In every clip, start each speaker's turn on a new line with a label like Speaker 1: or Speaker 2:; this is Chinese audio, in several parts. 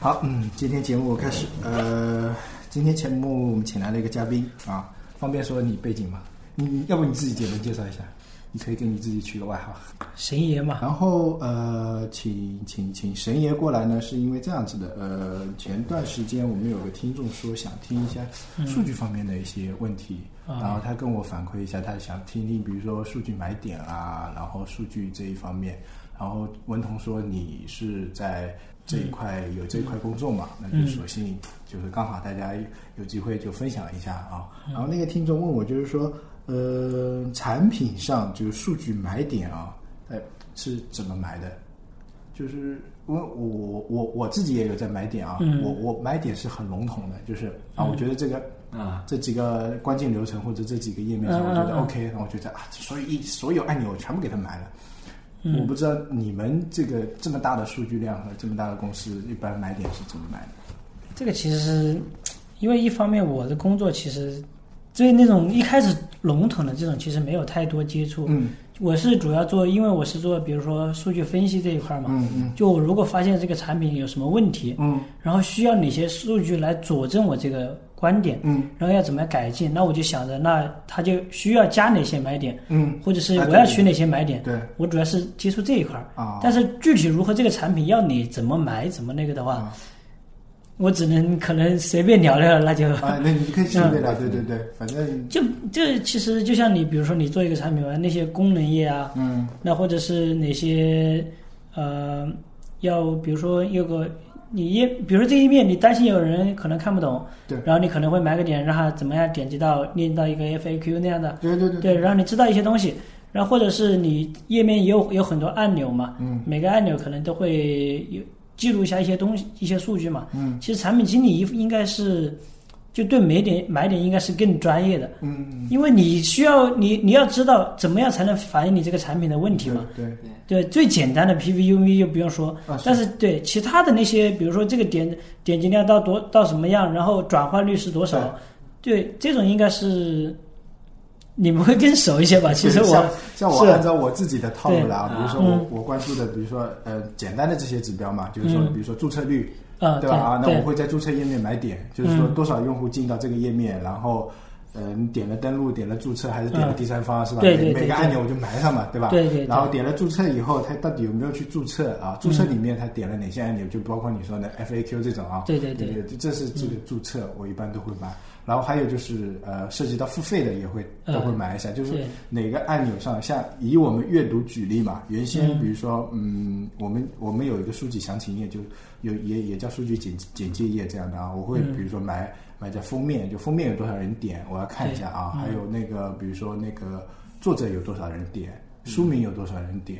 Speaker 1: 好，嗯，今天节目开始。呃，今天节目我们请来了一个嘉宾啊，方便说你背景吗？你要不你自己简单介绍一下？你可以给你自己取个外号。
Speaker 2: 神爷嘛，
Speaker 1: 然后呃，请请请神爷过来呢，是因为这样子的。呃，前段时间我们有个听众说想听一下数据方面的一些问题，
Speaker 2: 嗯啊
Speaker 1: 然后他跟我反馈一下，他想听听，比如说数据买点啊，然后数据这一方面。然后文彤说你是在这一块有这一块工作嘛，
Speaker 2: 嗯
Speaker 1: 那就索性就是刚好大家有机会就分享一下啊。
Speaker 2: 嗯
Speaker 1: 然后那个听众问我就是说，呃，产品上就是数据买点啊，哎，是怎么买的？就是因为我我我我自己也有在买点啊，
Speaker 2: 嗯
Speaker 1: 我我买点是很笼统的，就是啊，我觉得这个
Speaker 3: 啊，
Speaker 1: 这几个关键流程或者这几个页面上，
Speaker 2: 嗯
Speaker 1: 我觉得
Speaker 2: 嗯嗯
Speaker 1: OK，然后我觉得啊，所以所有按钮全部给它买了。
Speaker 2: 嗯
Speaker 1: 我不知道你们这个这么大的数据量和这么大的公司，一般买点是怎么买的？
Speaker 2: 这个其实是因为一方面我的工作其实对那种一开始笼统的这种其实没有太多接触。
Speaker 1: 嗯
Speaker 2: 我是主要做，因为我是做比如说数据分析这一块嘛，
Speaker 1: 嗯嗯
Speaker 2: 就我如果发现这个产品有什么问题，
Speaker 1: 嗯
Speaker 2: 然后需要哪些数据来佐证我这个观点，
Speaker 1: 嗯
Speaker 2: 然后要怎么改进，那我就想着那他就需要加哪些买点，
Speaker 1: 嗯，
Speaker 2: 或者是
Speaker 1: 啊
Speaker 2: 我要
Speaker 1: 对
Speaker 2: 取哪些买点。
Speaker 1: 对
Speaker 2: 我主要是接触这一块儿。
Speaker 1: 啊，
Speaker 2: 但是具体如何这个产品要你怎么买怎么那个的话，
Speaker 1: 啊
Speaker 2: 我只能可能随便聊聊，那就、
Speaker 1: 啊，那
Speaker 2: 嗯
Speaker 1: 你可以随便聊，对对对，反正
Speaker 2: 就这其实就像你比如说你做一个产品吧，那些功能页啊，
Speaker 1: 嗯
Speaker 2: 那或者是哪些呃要比如说有个你页，比如说这一面你担心有人可能看不懂，
Speaker 1: 对
Speaker 2: 然后你可能会买个点让他怎么样点击到链到一个 FAQ 那样的，
Speaker 1: 对对对
Speaker 2: 对，然后你知道一些东西，然后或者是你页面也有有很多按钮嘛，
Speaker 1: 嗯
Speaker 2: 每个按钮可能都会有记录一下一些东西、一些数据嘛。
Speaker 1: 嗯
Speaker 2: 其实产品经理应该是就对每点买点应该是更专业的，
Speaker 1: 嗯，
Speaker 2: 因为你需要你你要知道怎么样才能反映你这个产品的问题嘛。
Speaker 1: 对对
Speaker 3: 对，
Speaker 2: 对，最简单的 PVUV 就不用说，
Speaker 1: 啊是
Speaker 2: 但是对其他的那些，比如说这个点点击量到多到什么样，然后转化率是多少，对这种应该是你们会更熟一些吧？其实
Speaker 1: 像
Speaker 2: 我
Speaker 1: 像我
Speaker 2: 是
Speaker 1: 按照我自己的套路来啊，
Speaker 3: 对
Speaker 1: 比如说我我关注的，比如说呃简单的这些指标嘛，就是说
Speaker 2: 嗯
Speaker 1: 比如说注册率，
Speaker 2: 啊，
Speaker 1: 对吧？啊，那
Speaker 2: 对
Speaker 1: 我会在注册页面买点，就是说
Speaker 2: 嗯
Speaker 1: 多少用户进到这个页面，然后，呃，你点了登录，点了注册，还是点了
Speaker 2: 嗯
Speaker 1: 第三方，是吧？
Speaker 2: 对
Speaker 1: 每
Speaker 2: 对
Speaker 1: 每
Speaker 2: 对
Speaker 1: 个
Speaker 2: 对
Speaker 1: 按钮我就埋上嘛，对吧？
Speaker 2: 对对对嗯
Speaker 1: 然后点了注册以后，它到底有没有去注册啊？注册里面它点了哪些按钮？就包括你说的 FAQ 这种啊。
Speaker 2: 对对对嗯
Speaker 1: 对，这是这个注册，我一般都会买。然后还有就是呃，涉及到付费的也会都会
Speaker 2: 嗯
Speaker 1: 买一下，就是
Speaker 2: 对
Speaker 1: 哪个按钮上，像以我们阅读举例嘛，原先比如说，嗯，我们我们有一个书籍详情页，就有也也叫数据简简介页这样的啊，我会比如说买、买在封面，就封面有多少人点，我要看一下啊，还有那个比如说那个作者有多少人点，书名有多少人点，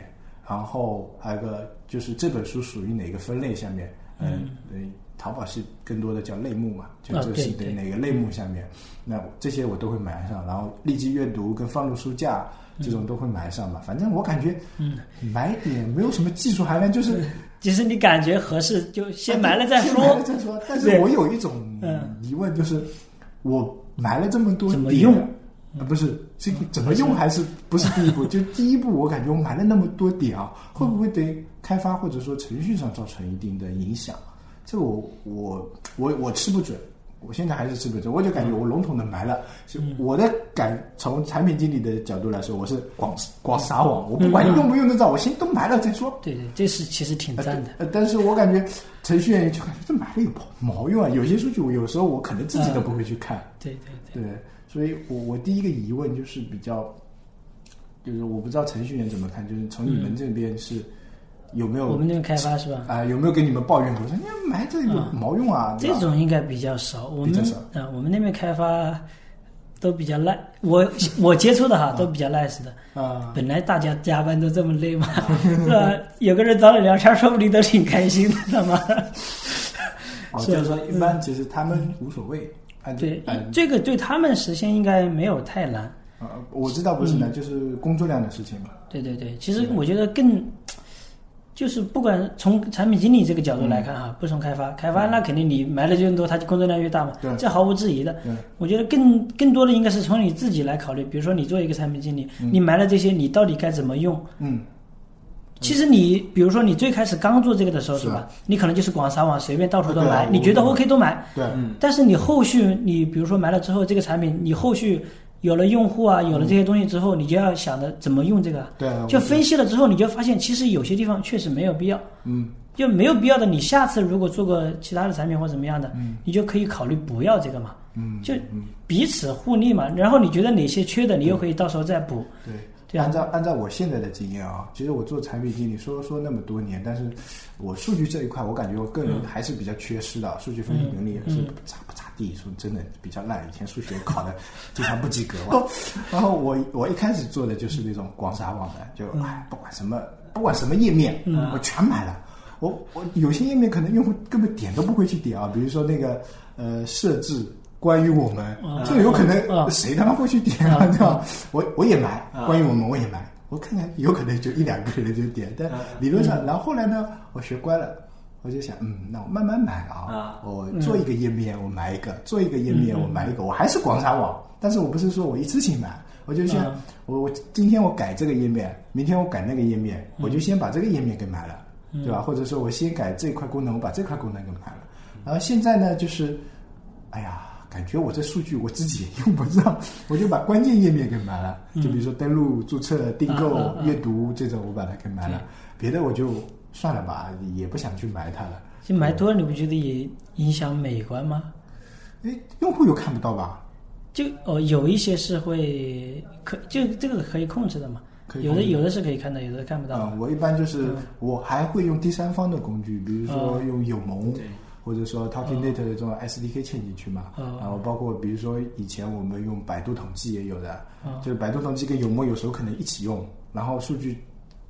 Speaker 1: 然后还有个就是这本书属于哪个分类下面，嗯嗯，淘宝是更多的叫类目嘛，就
Speaker 2: 啊
Speaker 1: 这
Speaker 2: 对
Speaker 1: 是对
Speaker 2: 对
Speaker 1: 哪个类目下面，那这些我都会买上，然后立即阅读跟放入书架这种都会买上嘛。反正我感觉，
Speaker 2: 嗯，
Speaker 1: 买点没有什么技术含量，就是
Speaker 2: 其实你感觉合适就先买了再
Speaker 1: 啊先买了
Speaker 2: 说，
Speaker 1: 再说。但是
Speaker 2: 对
Speaker 1: 我有一种
Speaker 2: 嗯
Speaker 1: 疑问，就是我买了这么多
Speaker 2: 怎么
Speaker 1: 点
Speaker 2: 用嗯
Speaker 1: 啊，不是这个怎么用还是不是第一步？就第一步，我感觉我买了那么多点啊，会不会对开发或者说程序上造成一定的影响？这个我我我我吃不准，我现在还是吃不准，我就感觉
Speaker 2: 嗯
Speaker 1: 我笼统的买了。就我的感从产品经理的角度来说，我是广广撒网，我不
Speaker 2: 嗯
Speaker 1: 管用不用得到，我先都买了再说。
Speaker 2: 对对，这是其实挺赞的。
Speaker 1: 呃，但是我感觉程序员就感觉这买了有毛用啊！有些数据我有时候我可能自己都不会去看，
Speaker 2: 对对嗯对，
Speaker 1: 对，所以我我第一个疑问就是比较，就是我不知道程序员怎么看，就是从你们这边是有没有
Speaker 2: 嗯我
Speaker 1: 啊、
Speaker 2: 们那个开发是吧？
Speaker 1: 有没有给你们抱怨过说你买这有
Speaker 2: 啊
Speaker 1: 毛用啊？对
Speaker 2: 这
Speaker 1: 吧
Speaker 2: 种应该比较少，我
Speaker 1: 比较
Speaker 2: 们
Speaker 1: 少
Speaker 2: 啊、我们那边开发都比较赖，我我接触的哈都比较 nice 的。
Speaker 1: 啊、
Speaker 2: 本来大家加班都这么累嘛， 是吧？有个人找你聊天，说不定都挺开心的，他妈。
Speaker 1: 哦，
Speaker 2: 是嗯
Speaker 1: 就是说一般其实他们无所谓，反正
Speaker 2: 对
Speaker 1: 嗯，
Speaker 2: 这个对他们实现应该没有太难。
Speaker 1: 呃我知道不是
Speaker 2: 嗯
Speaker 1: 难，就是工作量的事情嘛。
Speaker 2: 对对对，其实我觉得更，就是不管从产品经理这个角度来看
Speaker 1: 嗯
Speaker 2: 哈，不是从开发，开发那肯定你埋的越多，它就工作量越大嘛
Speaker 1: 对，
Speaker 2: 这毫无质疑的。
Speaker 1: 对，
Speaker 2: 我觉得更更多的应该是从你自己来考虑，比如说你做一个产品经理，你埋了这些，你到底该怎么用？
Speaker 1: 嗯，
Speaker 2: 其实你比如说你最开始刚做这个的时候
Speaker 1: 是
Speaker 2: 是吧？你可能就是广撒网随便到处都
Speaker 1: 对啊
Speaker 2: 买，
Speaker 1: 我
Speaker 2: 你觉得 OK 都买。
Speaker 1: 对，啊
Speaker 3: 嗯
Speaker 2: 但是你后续你比如说买了之后，这个产品你后续有了用户啊，有了这些东西之后，你就要想着怎么用这个啊。
Speaker 1: 对，
Speaker 2: 就
Speaker 1: 我
Speaker 2: 分析了之后，你就发现其实有些地方确实没有必要，
Speaker 1: 嗯，
Speaker 2: 就没有必要的。你下次如果做个其他的产品或怎么样的，你就可以考虑不要这个嘛。
Speaker 1: 嗯，
Speaker 2: 就彼此互利嘛。然后你觉得哪些缺的，你又可以到时候再补。
Speaker 1: 对。
Speaker 2: 对
Speaker 1: 按
Speaker 2: 啊，
Speaker 1: 照按照我现在的经验啊，其实我做产品经理说说那么多年，但是我数据这一块，我感觉我个人还是比较缺失的，数据分析能力也是
Speaker 2: 嗯
Speaker 1: 不咋不咋地，说真的比较烂。以前数学考的经常不及格嘛。然后我我一开始做的就是那种广撒网的，就哎不管什么不管什么页面，
Speaker 2: 嗯
Speaker 1: 我全买了。我我有些页面可能用户根本点都不会去点啊，比如说那个呃设置关于我们，
Speaker 2: 啊
Speaker 1: 这有可
Speaker 2: 啊
Speaker 1: 能谁他妈会去点啊，
Speaker 2: 啊
Speaker 1: 对吧？ 我我也买
Speaker 3: 啊，
Speaker 1: 关于我们我也买，我看看有可能就一两个人就点，但
Speaker 3: 啊
Speaker 1: 理论上，然后后来呢，我学乖了。我就想，嗯，那我慢慢买啊
Speaker 3: 啊，嗯
Speaker 1: 我做一个页面我买一个，做一个页面我买一个，我还是广撒网，但是我不是说我一次性买，我就先
Speaker 2: 啊
Speaker 1: 我我今天我改这个页面，明天我改那个页面，
Speaker 3: 嗯
Speaker 1: 我就先把这个页面给买了，对吧？或者说我先改这块功能，我把这块功能给买了，然后现在呢就是哎呀，感觉我这数据我自己也用不上，我就把关键页面给买了，
Speaker 2: 嗯
Speaker 1: 就比如说登录、注册、订购、
Speaker 2: 啊啊啊
Speaker 1: 阅读这种，我把它给买
Speaker 2: 嗯
Speaker 1: 了，别的我就算了吧，也不想去买它了。
Speaker 2: 就买多了，你不觉得也影响美观吗？
Speaker 1: 哎，用户又看不到吧？
Speaker 2: 就哦，有一些是会可就这个可以控制的嘛
Speaker 1: 可，以
Speaker 2: 有的
Speaker 1: 控制
Speaker 2: 有的是可以看到，有的看不到嗯
Speaker 1: 啊、
Speaker 2: 嘛。
Speaker 1: 我一般就是我还会用第三方的工具，比如说
Speaker 2: 啊
Speaker 1: 用友盟。
Speaker 3: 对
Speaker 1: 或者说 Talking Data 的这种 SDK 嵌进去嘛，
Speaker 2: 嗯
Speaker 1: 然后包括比如说以前我们用百度统计也有的，
Speaker 2: 嗯
Speaker 1: 就是百度统计跟有墨有时候可能一起用，然后数据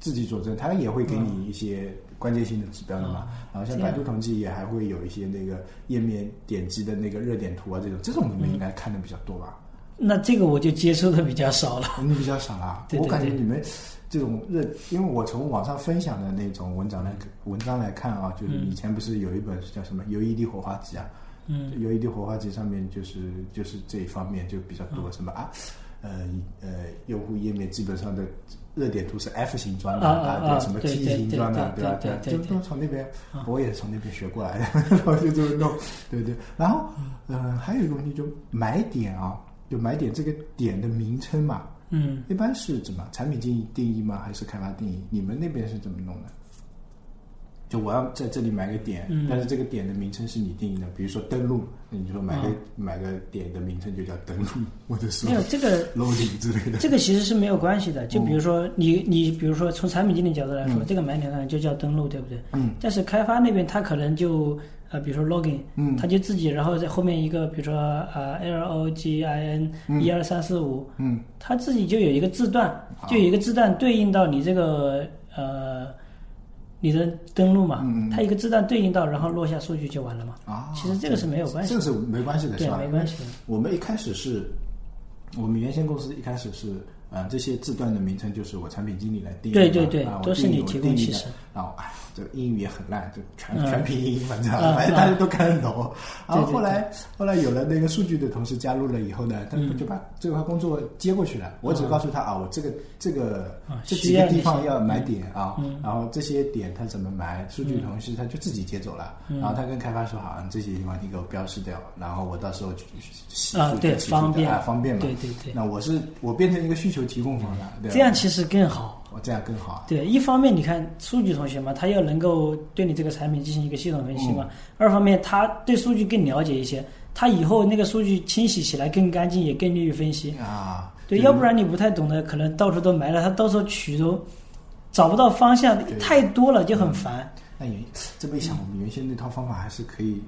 Speaker 1: 自己佐证，它也会给你一些关键性的指标的嘛。然后像
Speaker 2: 嗯这
Speaker 1: 百
Speaker 2: 样
Speaker 1: 度统计也还会有一些那个页面点击的那个热点图啊这种，这种你们
Speaker 2: 嗯
Speaker 1: 应该看的比较多吧？
Speaker 2: 那这个我就接触的比较少了。
Speaker 1: 你比较少啦，
Speaker 2: 对对
Speaker 1: 我感觉
Speaker 2: 对
Speaker 1: 你们这种热，因为我从网上分享的那种文章来文章来看啊，就是以前不是有一本叫什么《UED 火花集》啊，
Speaker 2: 嗯，
Speaker 1: ，UED 火花集上面就是就是这一方面就比较
Speaker 2: 嗯
Speaker 1: 多，什么啊，呃呃，用户页面基本上的热点图是 F 型装的
Speaker 2: 啊啊啊
Speaker 1: 对，什么
Speaker 2: 对
Speaker 1: T
Speaker 2: 对
Speaker 1: 型
Speaker 2: 对
Speaker 1: 装的，
Speaker 2: 对
Speaker 1: 啊吧？
Speaker 2: 对对
Speaker 1: 就
Speaker 2: 对嗯
Speaker 1: 都从那边，我也是从那边学过来的， 然后就这么弄，对对。然后，嗯，还有一个问题就买点啊，就买点这个点的名称嘛，
Speaker 2: 嗯，
Speaker 1: 一般是怎么产品定义定义吗？还是开发定义？你们那边是怎么弄的？就我要在这里买个点，
Speaker 2: 嗯
Speaker 1: 但是这个点的名称是你定义的，比如说登录，那你说买个、买个点的名称就叫登录，或者说
Speaker 2: 啊没有这个
Speaker 1: loading 之类的。
Speaker 2: 这个其实是没有关系的。就
Speaker 1: 嗯
Speaker 2: 比如说你你比如说从产品经理角度来说，这个买点上就叫登录，对不对？
Speaker 1: 嗯。
Speaker 2: 但是开发那边他可能就呃，比如说 login，
Speaker 1: 嗯
Speaker 2: 他就自己然后在后面一个比如说呃 l o g i n 一二三四五，
Speaker 1: 嗯
Speaker 2: 它自己就有一个字段，
Speaker 1: 好
Speaker 2: 就有一个字段对应到你这个呃你的登录嘛，
Speaker 1: 嗯嗯嗯
Speaker 2: 它一个字段对应到，然后落下数据就完了嘛。
Speaker 1: 啊，
Speaker 2: 其实这个是没有关系
Speaker 1: 这个是没关系的，
Speaker 2: 对
Speaker 1: 是，吧？
Speaker 2: 没关系的。
Speaker 1: 我们一开始是，我们原先公司一开始是，呃，这些字段的名称就是我产品经理来定义的
Speaker 2: 对对对
Speaker 1: 啊、我
Speaker 2: 都是
Speaker 1: 定义
Speaker 2: 你提供
Speaker 1: 我定义
Speaker 2: 其
Speaker 1: 的
Speaker 2: 实
Speaker 1: 然后哎，这个英语也很烂，就全、
Speaker 2: 嗯
Speaker 1: 全拼音，反正、
Speaker 2: 嗯
Speaker 1: 反正大家都看得懂。
Speaker 2: 对
Speaker 1: 然后
Speaker 2: 对嗯
Speaker 1: 后来后来有了那个数据的同事加入了以后呢，他们就把这块工作接过去了。我只告诉他啊，我这个这个、
Speaker 2: 啊
Speaker 1: 这
Speaker 2: 需
Speaker 1: 几
Speaker 2: 要
Speaker 1: 个
Speaker 2: 那
Speaker 1: 地方
Speaker 2: 些嗯
Speaker 1: 要买点啊，然后这些点他怎么买，数据同事他就自己接走了。
Speaker 2: 嗯
Speaker 1: 然后他跟开发说好，啊这些地方你给我标示掉，然后我到时候去去去
Speaker 2: 啊
Speaker 1: 去
Speaker 2: 对
Speaker 1: 去
Speaker 2: 方便
Speaker 1: 啊方便嘛。
Speaker 2: 对对对
Speaker 1: 那我是我变成一个需求提供方了，对吧啊
Speaker 2: 这样其实更好。
Speaker 1: 我这样更好。
Speaker 2: 对，一方面你看数据同学嘛，他要能够对你这个产品进行一个系统分析嘛；
Speaker 1: 嗯
Speaker 2: 二方面他对数据更了解一些，他以后那个数据清洗起来更干净，也更利于分析。
Speaker 1: 啊，
Speaker 2: 对，
Speaker 1: 就
Speaker 2: 要不然你不太懂得，可能到处都埋了，他到时候取都找不到方向，太多了就
Speaker 1: 嗯
Speaker 2: 很烦。
Speaker 1: 那也这么一
Speaker 2: 嗯
Speaker 1: 想，我们原先那套方法还是可以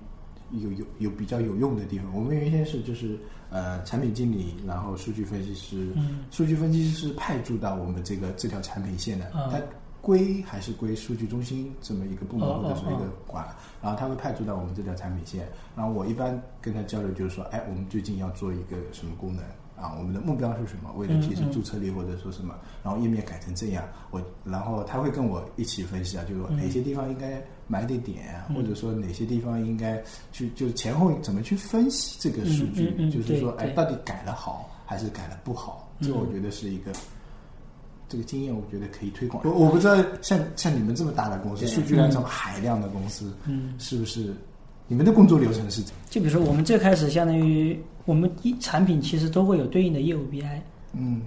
Speaker 1: 有有有比较有用的地方。我们原先是就是呃产品经理，然后数据分析师，
Speaker 2: 嗯
Speaker 1: 数据分析师是派驻到我们这个这条产品线的，
Speaker 2: 嗯
Speaker 1: 它归还是归数据中心这么一个部门
Speaker 2: 哦
Speaker 1: 或者是
Speaker 2: 哦
Speaker 1: 一个
Speaker 2: 哦
Speaker 1: 管，然后他会派驻到我们这条产品线。然后我一般跟他交流就是说，哎，我们最近要做一个什么功能啊？我们的目标是什么？为了
Speaker 2: 嗯
Speaker 1: 提升注册率或者说什么，然后页面改成这样，我然后他会跟我一起分析啊，就是
Speaker 2: 嗯
Speaker 1: 说哪些地方应该买点点啊，或者说哪些地方应该去，就是前后怎么去分析这个数据
Speaker 2: 嗯，嗯嗯
Speaker 1: 就是说，
Speaker 2: 对嗯
Speaker 1: 哎，
Speaker 2: 对
Speaker 1: 到底改了好还是改了不好？这我觉得是一个这个经验，我觉得可以推广。我我不知道像像你们这么大的公司，
Speaker 2: 对
Speaker 1: 数据量这么海量的公司，
Speaker 2: 嗯，
Speaker 1: 是不是你们的工作流程是怎么？
Speaker 2: 就比如说我们最开始相当于我们一产品其实都会有对应的业务 BI，
Speaker 1: 嗯，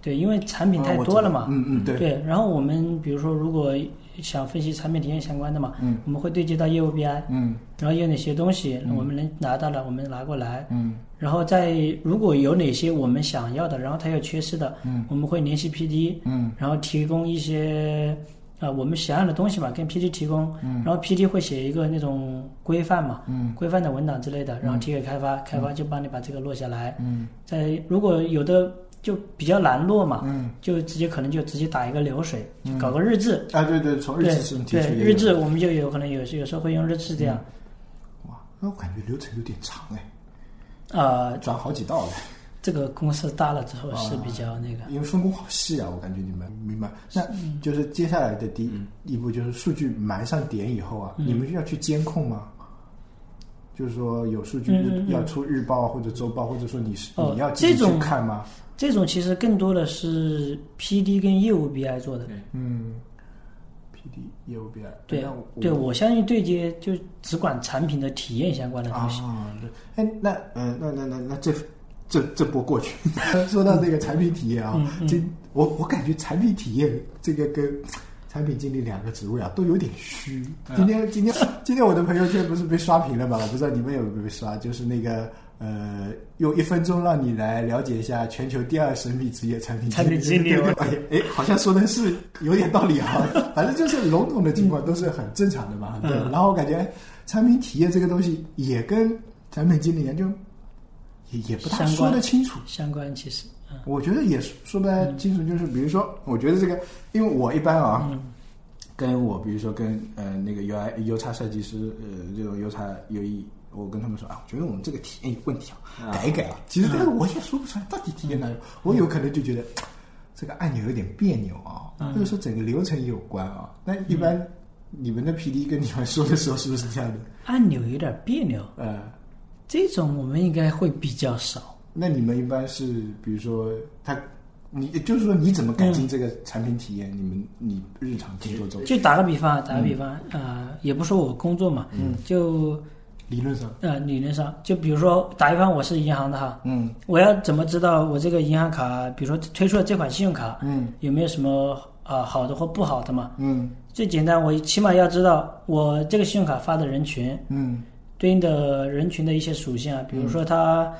Speaker 2: 对，因为产品
Speaker 1: 啊
Speaker 2: 太
Speaker 1: 我知
Speaker 2: 多了
Speaker 1: 道
Speaker 2: 嘛，
Speaker 1: 嗯嗯，对，
Speaker 2: 对，然后我们比如说如果想分析产品体验相关的嘛，
Speaker 1: 嗯
Speaker 2: 我们会对接到业务 BI，
Speaker 1: 嗯
Speaker 2: 然后有哪些东西我们能拿到了，我们拿过来，
Speaker 1: 嗯
Speaker 2: 然后在如果有哪些我们想要的，然后它有缺失的，
Speaker 1: 嗯
Speaker 2: 我们会联系 PD，
Speaker 1: 嗯
Speaker 2: 然后提供一些啊、呃我们想要的东西吧，跟 PD 提供，
Speaker 1: 嗯
Speaker 2: 然后 PD 会写一个那种规范嘛，
Speaker 1: 嗯
Speaker 2: 规范的文档之类的，然后提给开发，开发就帮你把这个落下来。
Speaker 1: 嗯
Speaker 2: 再如果有的就比较难落嘛，
Speaker 1: 嗯，
Speaker 2: 就直接可能就直接打一个流水，
Speaker 1: 嗯
Speaker 2: 就搞个日志。
Speaker 1: 啊对对，从日
Speaker 2: 对
Speaker 1: 志中提
Speaker 2: 对，
Speaker 1: 出
Speaker 2: 日志我们就有可能有时有时候会用日志这样，
Speaker 1: 哇，那我感觉流程有点长哎，
Speaker 2: 啊、
Speaker 1: 转好几道了，
Speaker 2: 这个公司大了之后是比较那个，
Speaker 1: 因为分工好细啊，我感觉你们明白。那
Speaker 2: 嗯
Speaker 1: 就是接下来的第一步就是数据埋上点以后啊，
Speaker 2: 嗯
Speaker 1: 你们要去监控吗？就是说有数据
Speaker 2: 嗯嗯嗯
Speaker 1: 要出日报或者周报，或者说你是
Speaker 2: 哦
Speaker 1: 你要自己
Speaker 2: 这
Speaker 1: 去
Speaker 2: 种
Speaker 1: 看吗？
Speaker 2: 这种其实更多的是 PD 跟业务 BI 做的。
Speaker 1: 嗯，PD 业务 BI
Speaker 2: 对
Speaker 1: 那
Speaker 2: 对，我相信对接就只管产品的体验相关的东西。
Speaker 1: 啊，对，哎，那嗯、那那那那这这这波过去， 说到这个产品体验啊，
Speaker 2: 嗯嗯
Speaker 1: 这我我感觉产品体验这个跟产品经理两个职位啊都有点虚。
Speaker 2: 嗯
Speaker 1: 今天今天今天我的朋友圈不是被刷屏了吗？我不知道你们有没有被刷，就是那个。呃，用一分钟让你来了解一下全球第二神秘职业产品
Speaker 2: 产品经理
Speaker 1: 对对对 哎哎，好像说的是有点道理啊。 反正就是笼统的情况都是很正常的嘛，对。
Speaker 2: 嗯
Speaker 1: 然后我感觉哎产品体验这个东西也跟产品经理研究也也不大
Speaker 2: 相关
Speaker 1: 说得清楚。
Speaker 2: 相关其实，嗯
Speaker 1: 我觉得也说说不太清楚，就是比如说，我觉得这个，因为我一般啊，
Speaker 2: 嗯
Speaker 1: 跟我比如说跟呃那个 UI U 叉设计师呃这种 U 叉 UE，我跟他们说啊，我觉得我们这个体验有问题啊，
Speaker 3: 啊
Speaker 1: 改一改啊。其实但是我也说不出来到底体验哪有，我有可能就觉得这个按钮有点别扭啊，或者说整个流程有关啊。那一般你们的 PD 跟你们说的时候是不是这样的？
Speaker 2: 按钮有点别扭，
Speaker 1: 呃，
Speaker 2: 这种我们应该会比较少。
Speaker 1: 那你们一般是比如说他。你就是说，你怎么
Speaker 2: 嗯
Speaker 1: 改进这个产品体验？你们你日常工作中
Speaker 2: 就打个比方啊，打个比方，呃，也不说我工作嘛，就
Speaker 1: 理论上，
Speaker 2: 呃理论上，就比如说打比方，我是银行的哈，
Speaker 1: 嗯
Speaker 2: 我要怎么知道我这个银行卡，比如说推出了这款信用卡
Speaker 1: 嗯
Speaker 2: 有没有什么啊、呃好的或不好的嘛？
Speaker 1: 嗯
Speaker 2: 最简单，我起码要知道我这个信用卡发的人群，
Speaker 1: 嗯
Speaker 2: 对应的人群的一些属性啊，比如说他，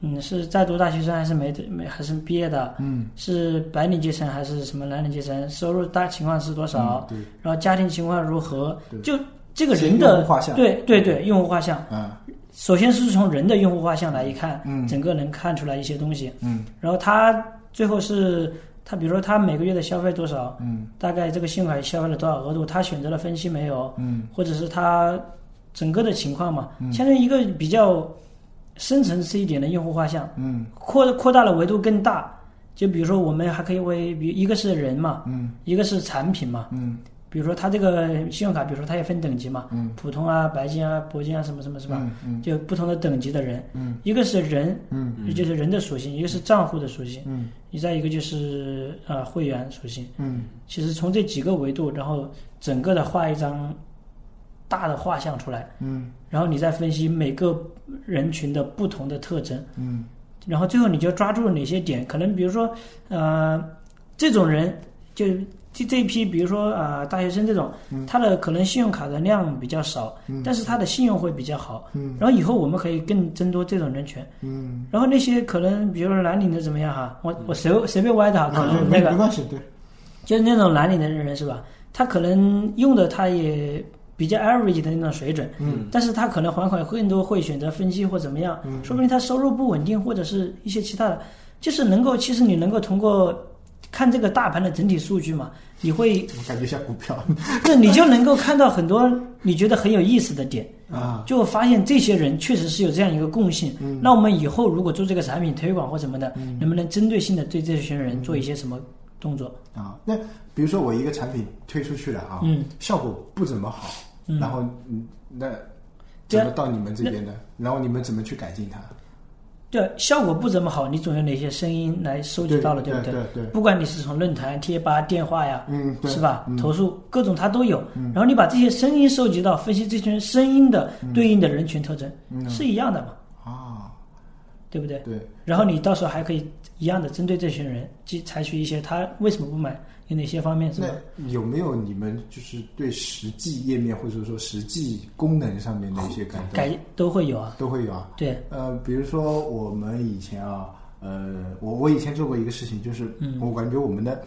Speaker 2: 嗯，是在读大学生还是没没还是毕业的，
Speaker 1: 嗯，
Speaker 2: 是白领阶层还是什么蓝领阶层，收入大情况是多少，
Speaker 1: 对，
Speaker 2: 然后家庭情况如何
Speaker 1: 嗯对，
Speaker 2: 就这个
Speaker 1: 先
Speaker 2: 人
Speaker 1: 用
Speaker 2: 的
Speaker 1: 户画像
Speaker 2: 对对对，用户画像，
Speaker 1: 啊
Speaker 2: 首先是从人的用户画像来一看，
Speaker 1: 嗯
Speaker 2: 整个能看出来一些东西，
Speaker 1: 嗯
Speaker 2: 然后他最后是他，比如说他每个月的消费多少，
Speaker 1: 嗯
Speaker 2: 大概这个信用卡消费了多少额度，他选择了分期没有，
Speaker 1: 嗯
Speaker 2: 或者是他整个的情况嘛，相当于一个比较深层次一点的用户画像，
Speaker 1: 嗯
Speaker 2: 扩扩大了维度更大。就比如说，我们还可以为，比如一个是人嘛，
Speaker 1: 嗯
Speaker 2: 一个是产品嘛。
Speaker 1: 嗯
Speaker 2: 比如说，它这个信用卡，比如说它也分等级嘛，
Speaker 1: 嗯
Speaker 2: 普通啊、白金啊、铂金啊，什么什么是吧？
Speaker 1: 嗯
Speaker 2: 就不同的等级的人，
Speaker 1: 嗯
Speaker 2: 一个是人，
Speaker 1: 嗯
Speaker 2: 也就是人的属性；一个是账户的属性，
Speaker 1: 嗯
Speaker 2: 再一个就是呃会员属性。
Speaker 1: 嗯
Speaker 2: 其实从这几个维度，然后整个的画一张大的画像出来，
Speaker 1: 嗯
Speaker 2: 然后你再分析每个人群的不同的特征，
Speaker 1: 嗯
Speaker 2: 然后最后你就抓住了哪些点，可能比如说呃这种人就这这一批，比如说啊、呃大学生这种，他的可能信用卡的量比较少，但是他的信用会比较好。
Speaker 1: 嗯
Speaker 2: 然后以后我们可以更争夺这种人群，
Speaker 1: 嗯，
Speaker 2: 然后那些可能比如说蓝领的怎么样哈，我我随随便歪的啊
Speaker 1: 嗯
Speaker 2: 哈，可能那
Speaker 1: 没
Speaker 2: 个
Speaker 1: 没关系，对，
Speaker 2: 就是那种蓝领的人是吧？他可能用的他也比较 average 的那种水准，
Speaker 1: 嗯
Speaker 2: 但是他可能还款更多会选择分期或怎么样，
Speaker 1: 嗯
Speaker 2: 说不定他收入不稳定或者是一些其他的，就是能够其实你能够通过看这个大盘的整体数据嘛，你会
Speaker 1: 我感觉像股票
Speaker 2: 这你就能够看到很多你觉得很有意思的点。
Speaker 1: 啊，嗯
Speaker 2: 就发现这些人确实是有这样一个共性。那我们以后如果做这个产品推广或什么的，能不能针对性的对这群人做一些什么动作？
Speaker 1: 啊，那比如说我一个产品推出去了啊，
Speaker 2: 嗯，
Speaker 1: 效果不怎么好，
Speaker 2: 嗯
Speaker 1: 然后嗯，那
Speaker 2: 对
Speaker 1: 怎
Speaker 2: 啊
Speaker 1: 么到你们这边的？然后你们怎么去改进它？
Speaker 2: 对效果不怎么好，你总有哪些声音来收集到了，
Speaker 1: 对
Speaker 2: 不
Speaker 1: 对？对
Speaker 2: 不管你是从论坛、贴吧、电话呀，
Speaker 1: 嗯，对
Speaker 2: 是吧？
Speaker 1: 嗯
Speaker 2: 投诉各种它都有，然后你把这些声音收集到，分析这群声音的对应的人群特征，
Speaker 1: 嗯
Speaker 2: 是一样的嘛，
Speaker 1: 啊，
Speaker 2: 对不对？
Speaker 1: 对，
Speaker 2: 然后你到时候还可以一样的针对这群人，去采取一些他为什么不买，有哪些方面是吧？
Speaker 1: 那有没有你们就是对实际页面或者说实际功能上面的一些改动？
Speaker 2: 改都会有啊，
Speaker 1: 都会有啊。
Speaker 2: 对，
Speaker 1: 呃，比如说我们以前啊，呃，我我以前做过一个事情，就是
Speaker 2: 嗯
Speaker 1: 我感觉我们的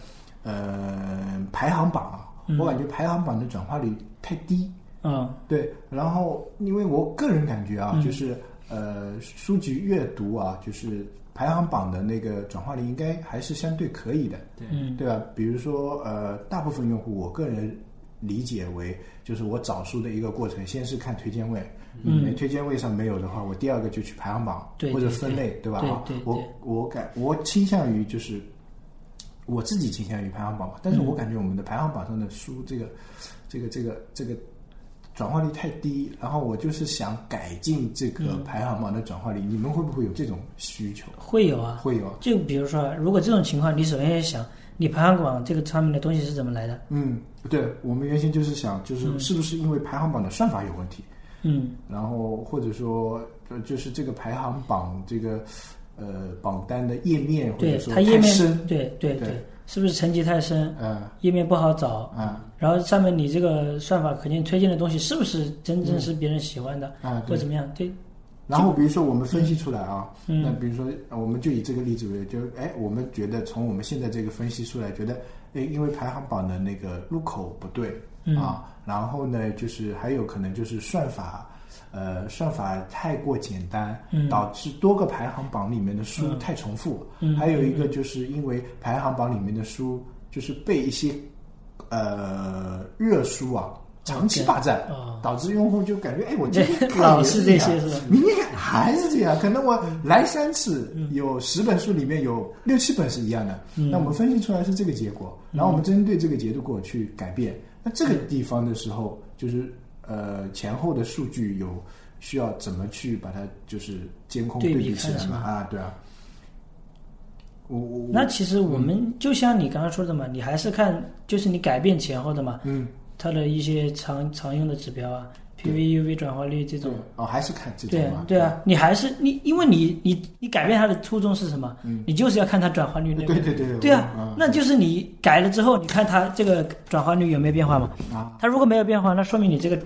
Speaker 1: 呃排行榜啊，
Speaker 2: 嗯
Speaker 1: 我感觉排行榜的转化率太低。
Speaker 2: 嗯
Speaker 1: 对，然后因为我个人感觉啊，
Speaker 2: 嗯
Speaker 1: 就是呃，书籍阅读啊，就是排行榜的那个转化率应该还是相对可以的，
Speaker 3: 对
Speaker 2: 嗯
Speaker 1: 对吧？比如说呃，大部分用户，我个人理解为就是我找书的一个过程，先是看推荐位。
Speaker 2: 嗯
Speaker 1: 推荐位上没有的话，我第二个就去排行榜
Speaker 2: 对
Speaker 1: 或者
Speaker 2: 对
Speaker 1: 分类，对吧？
Speaker 2: 对
Speaker 1: 啊
Speaker 2: 对对
Speaker 1: 我我感我倾向于就是我自己倾向于排行榜吧，但是
Speaker 2: 嗯
Speaker 1: 我感觉我们的排行榜上的书，这个、这个这个这个转化率太低，然后我就是想改进这个
Speaker 2: 嗯
Speaker 1: 排行榜的转化率，你们会不会有这种需求？
Speaker 2: 会有啊。
Speaker 1: 会有，
Speaker 2: 就比如说，啊如果这种情况，你首先要想，你排行榜这个上面的东西是怎么来的？
Speaker 1: 嗯，对，我们原先就是想，就是是不是因为排行榜的算法有问题，
Speaker 2: 嗯
Speaker 1: 然后或者说呃就是这个排行榜这个呃榜单的页面，或
Speaker 2: 对
Speaker 1: 者，说
Speaker 2: 它页
Speaker 1: 太深，
Speaker 2: 面，嗯对对
Speaker 1: 对
Speaker 2: 对，是不是层级太深，
Speaker 1: 呃
Speaker 2: 页面不好找？
Speaker 1: 啊
Speaker 2: 然后上面你这个算法肯定推荐的东西是不是真正是别人喜欢的，
Speaker 1: 啊，
Speaker 2: 或
Speaker 1: 对。
Speaker 2: 怎么样？对，
Speaker 1: 然后比如说我们分析出来啊，那
Speaker 2: 嗯
Speaker 1: 比如说，呃我们就以这个例子为，就哎，我们觉得从我们现在这个分析出来，觉得哎，因为排行榜的那个入口不对
Speaker 2: 嗯
Speaker 1: 啊，然后呢，就是还有可能就是算法，呃，算法太过简单，
Speaker 2: 嗯
Speaker 1: 导致多个排行榜里面的书
Speaker 2: 嗯
Speaker 1: 太重复，
Speaker 2: 嗯
Speaker 1: 还有一个就是因为排行榜里面的书就是被一些呃热书啊长期霸占。
Speaker 2: 啊，
Speaker 1: 导致用户就感觉， 哎，我今天看
Speaker 2: 老
Speaker 1: 也
Speaker 2: 是
Speaker 1: 这
Speaker 2: 这
Speaker 1: 样
Speaker 2: 些是吧？
Speaker 1: 明天还是这样，可能我来三次，有十本书里面有六七本是一样的。
Speaker 2: 嗯
Speaker 1: 那我们分析出来是这个结果，然后我们针对这个结果去改变。那这个
Speaker 2: 嗯
Speaker 1: 地方的时候，就是呃前后的数据有需要怎么去把它就是监控
Speaker 2: 对比
Speaker 1: 比起来
Speaker 2: 看起
Speaker 1: 嘛？
Speaker 2: 来
Speaker 1: 啊，对啊。我我
Speaker 2: 那其实我
Speaker 1: 嗯
Speaker 2: 们就像你刚刚说的嘛，你还是看就是你改变前后的嘛，
Speaker 1: 嗯
Speaker 2: 它的一些常常用的指标啊
Speaker 1: 对
Speaker 2: ，PV、UV 转化率这种
Speaker 1: 对。哦还是看这
Speaker 2: 对
Speaker 1: 种嘛？
Speaker 2: 对啊，你还是你，因为你你你改变它的初衷是什么？
Speaker 1: 嗯
Speaker 2: 你就是要看它转化率
Speaker 1: 对
Speaker 2: 那
Speaker 1: 对
Speaker 2: 个。
Speaker 1: 对对
Speaker 2: 对啊，
Speaker 1: 嗯
Speaker 2: 那就是你改了之后，你看它这个转化率有没有变化嘛？
Speaker 1: 啊
Speaker 2: 它如果没有变化，那说明你这个